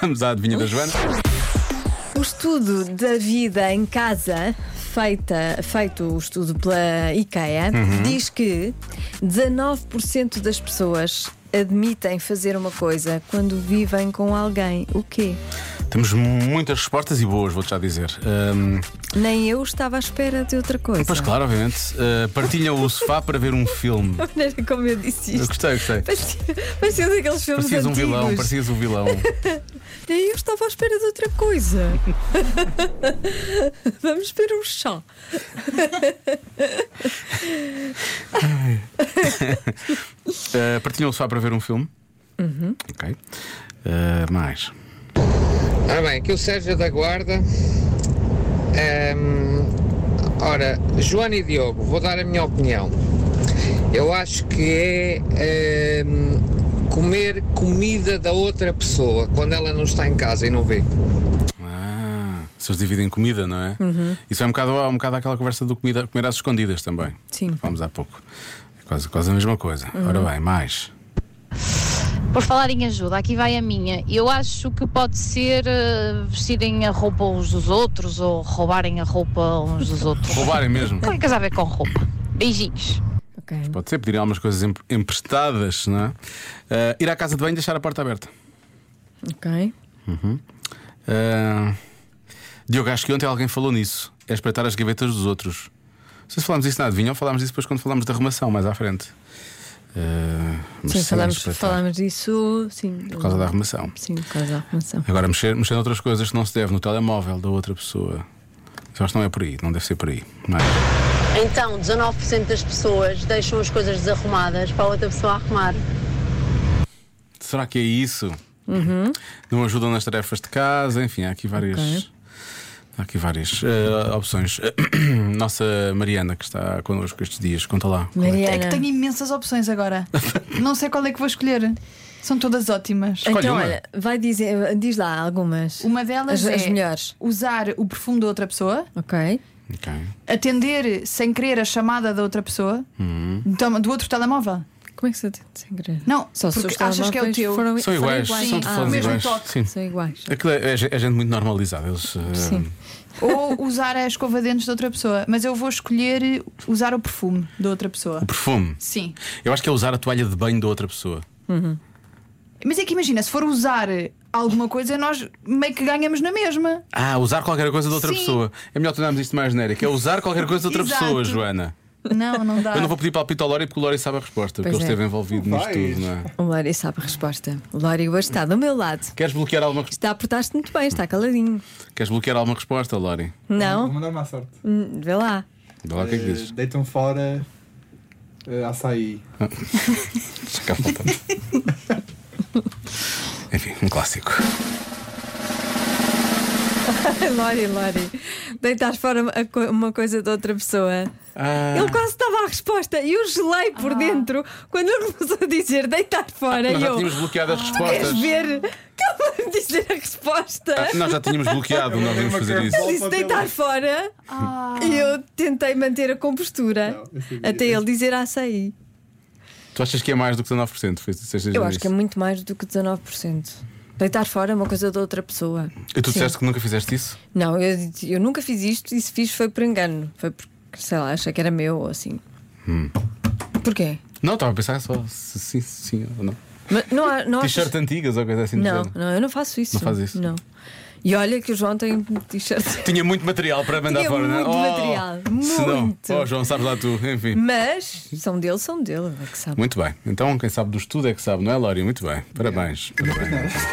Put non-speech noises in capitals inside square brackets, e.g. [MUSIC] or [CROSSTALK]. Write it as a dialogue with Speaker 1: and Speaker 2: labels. Speaker 1: Vamos à adivinha da Joana.
Speaker 2: O estudo da vida em casa, feita, feito o estudo pela IKEA,
Speaker 1: Uhum.
Speaker 2: diz que 19% das pessoas admitem fazer uma coisa quando vivem com alguém. O quê?
Speaker 1: Temos muitas respostas e boas, vou-te já dizer. Ahm,
Speaker 2: Nem eu estava à espera de outra coisa.
Speaker 1: pois,
Speaker 2: [LAUGHS]
Speaker 1: claro, obviamente. ah, partilham o sofá para ver um filme.
Speaker 2: A maneira como eu disse
Speaker 1: Eu
Speaker 2: isto.
Speaker 1: gostei, gostei.
Speaker 2: Parecia, parecia daqueles filmes
Speaker 1: Parecias um
Speaker 2: antigos.
Speaker 1: vilão, parecias um
Speaker 2: [LAUGHS]
Speaker 1: vilão.
Speaker 2: Nem eu estava à espera de outra coisa. [LAUGHS] Vamos ver um chá.
Speaker 1: Ah, partilham o sofá para ver um filme.
Speaker 2: Uhum.
Speaker 1: Ok. Ah, mais.
Speaker 3: Ora bem, aqui o Sérgio é da Guarda. Ahm, ora, Joana e Diogo, vou dar a minha opinião. Eu acho que é ahm, comer comida da outra pessoa quando ela não está em casa e não vê.
Speaker 1: Ah, vocês dividem comida, não é?
Speaker 2: Uhum.
Speaker 1: Isso é um bocado, um bocado aquela conversa do comida, comer às escondidas também.
Speaker 2: Sim. Uhum.
Speaker 1: Vamos há pouco. É quase, quase a mesma coisa. Ora bem, mais.
Speaker 4: Por falar em ajuda, aqui vai a minha. Eu acho que pode ser eh, vestirem a roupa uns dos outros ou roubarem a roupa uns dos outros.
Speaker 1: Roubarem mesmo.
Speaker 4: Não tem que a ver com roupa. Beijinhos.
Speaker 2: Ok.
Speaker 1: Pode ser pedir algumas coisas em- emprestadas, não é? Ah, ir à casa de banho e deixar a porta aberta.
Speaker 2: Ok.
Speaker 1: Ah, Diogo, acho que ontem alguém falou nisso. É espreitar as gavetas dos outros. Não sei se falámos isso na adivinha ou falámos disso depois quando falámos da arrumação mais à frente. Ah, mas
Speaker 2: Sim,
Speaker 1: sem
Speaker 2: falamos,
Speaker 1: espreitar,
Speaker 2: falamos disso. Sim.
Speaker 1: Por causa da arrumação.
Speaker 2: Sim, por causa da
Speaker 5: É
Speaker 2: arrumação.
Speaker 1: Agora, mexer, mexer em outras coisas que não se deve no telemóvel da outra pessoa. Eu acho que não é por aí, não é? deve ser por aí. Mas,
Speaker 6: Então, 19% das pessoas deixam as coisas desarrumadas para outra pessoa arrumar.
Speaker 1: será que é isso? Não ajudam nas tarefas de casa, enfim, há aqui várias.
Speaker 2: Uhum. Ok.
Speaker 1: Há aqui várias eh, opções. [COUGHS] Nossa Mariana, que está connosco estes dias, conta lá. qual é?
Speaker 5: É que
Speaker 2: Mariana.
Speaker 5: tenho imensas
Speaker 2: [LAUGHS]
Speaker 5: opções agora. Não sei qual é que vou escolher. São todas ótimas.
Speaker 1: Escolhe
Speaker 2: Então,
Speaker 1: uma.
Speaker 2: olha, vai dizer, diz lá algumas.
Speaker 5: Uma
Speaker 2: As-
Speaker 5: delas é
Speaker 2: as melhores.
Speaker 5: usar o perfume da outra pessoa,
Speaker 2: Ok.
Speaker 1: Ok.
Speaker 5: atender sem querer a chamada da outra pessoa,
Speaker 2: Hum.
Speaker 5: então, do outro telemóvel.
Speaker 2: Como é que se atende sem querer?
Speaker 5: Não,
Speaker 2: Só se
Speaker 5: porque
Speaker 2: os
Speaker 5: achas que é o
Speaker 2: telemóveis
Speaker 1: São
Speaker 2: Foram,
Speaker 5: teu.
Speaker 2: foram
Speaker 1: iguais, são
Speaker 2: Ah,
Speaker 1: telefones
Speaker 5: mesmo
Speaker 1: iguais.
Speaker 5: toque.
Speaker 1: Sim.
Speaker 2: São iguais.
Speaker 1: Aquilo é, é ge- é gente muito normalizada. Eles, eh,
Speaker 2: Sim.
Speaker 5: Ou usar a escova de dentes da outra pessoa. Mas eu vou escolher usar o perfume da outra pessoa.
Speaker 1: O perfume.
Speaker 5: Sim.
Speaker 1: Eu acho que é usar a toalha de banho da outra pessoa.
Speaker 5: Mas é que imagina, se for usar alguma coisa, nós meio que ganhamos na mesma.
Speaker 1: Ah, usar qualquer coisa da outra
Speaker 5: Sim.
Speaker 1: pessoa. É melhor tornarmos isto mais genérico. É usar qualquer coisa da outra
Speaker 5: Exato.
Speaker 1: pessoa, Joana.
Speaker 5: Não, não dá.
Speaker 1: Eu não vou pedir palpite ao Lori porque o Lori sabe a resposta, porque
Speaker 2: Pois
Speaker 1: ele
Speaker 2: é.
Speaker 1: esteve envolvido nisto tudo, não é?
Speaker 2: O Lório sabe a resposta. O Lório hoje está do meu lado.
Speaker 1: Queres bloquear alguma, res-
Speaker 2: Está a portar-se muito bem, está caladinho.
Speaker 1: queres bloquear alguma resposta, Lori?
Speaker 7: Vou
Speaker 2: Não?
Speaker 7: mandar uma sorte.
Speaker 2: Hum, Vê lá. [LAUGHS]
Speaker 1: Vê lá o que é que
Speaker 7: Eh,
Speaker 1: dizes.
Speaker 7: Deitam fora eh, açaí.
Speaker 1: Cá à vontade. Enfim, um clássico.
Speaker 2: Lório, Lório. Deitar fora a co- uma coisa de outra pessoa.
Speaker 1: Ah,
Speaker 2: Ele quase estava à resposta e eu gelei por
Speaker 5: Ah.
Speaker 2: dentro quando ele [LAUGHS] começou a dizer deitar fora.
Speaker 1: nós
Speaker 2: e
Speaker 1: já
Speaker 2: eu,
Speaker 1: tínhamos bloqueado
Speaker 2: [LAUGHS]
Speaker 1: as
Speaker 2: queres
Speaker 1: respostas.
Speaker 2: ver? Acaba de dizer a resposta.
Speaker 1: Ah, Nós já tínhamos bloqueado, não devíamos fazer isso.
Speaker 2: Ele disse deitar fora e eu tentei manter a compostura
Speaker 7: Não, eu sabia.
Speaker 2: até ele dizer "Ah, açaí.
Speaker 1: Tu achas que é mais do que 19%? Foi, seja
Speaker 2: Eu acho que é muito mais do que 19%. Deitar fora é uma coisa de outra pessoa.
Speaker 1: E tu
Speaker 2: Sim.
Speaker 1: disseste que nunca fizeste isso?
Speaker 2: Não, eu, eu nunca fiz isto e se fiz foi por engano. Foi porque, sei lá, achei que era meu ou assim.
Speaker 1: Hum.
Speaker 2: Porquê?
Speaker 1: Não, estava a pensar só se sim, sim ou não.
Speaker 2: Mas não há. Não, há-
Speaker 1: T-shirt antigas ou coisa assim do
Speaker 2: não,
Speaker 1: género.
Speaker 2: não, eu não faço isso.
Speaker 1: Não faz isso.
Speaker 2: Não. E olha que o João tem um [LAUGHS] t-shirt.
Speaker 1: Tinha muito material para mandar
Speaker 2: Tinha
Speaker 1: fora, não é?
Speaker 2: muito material,
Speaker 1: Se não,
Speaker 2: muito.
Speaker 1: oh, João, sabes lá tu, enfim.
Speaker 2: Mas são dele, são dele, é que sabe.
Speaker 1: Muito bem. Então, quem sabe do estudo é que sabe, não é, Lória? Muito bem. Parabéns. Parabéns.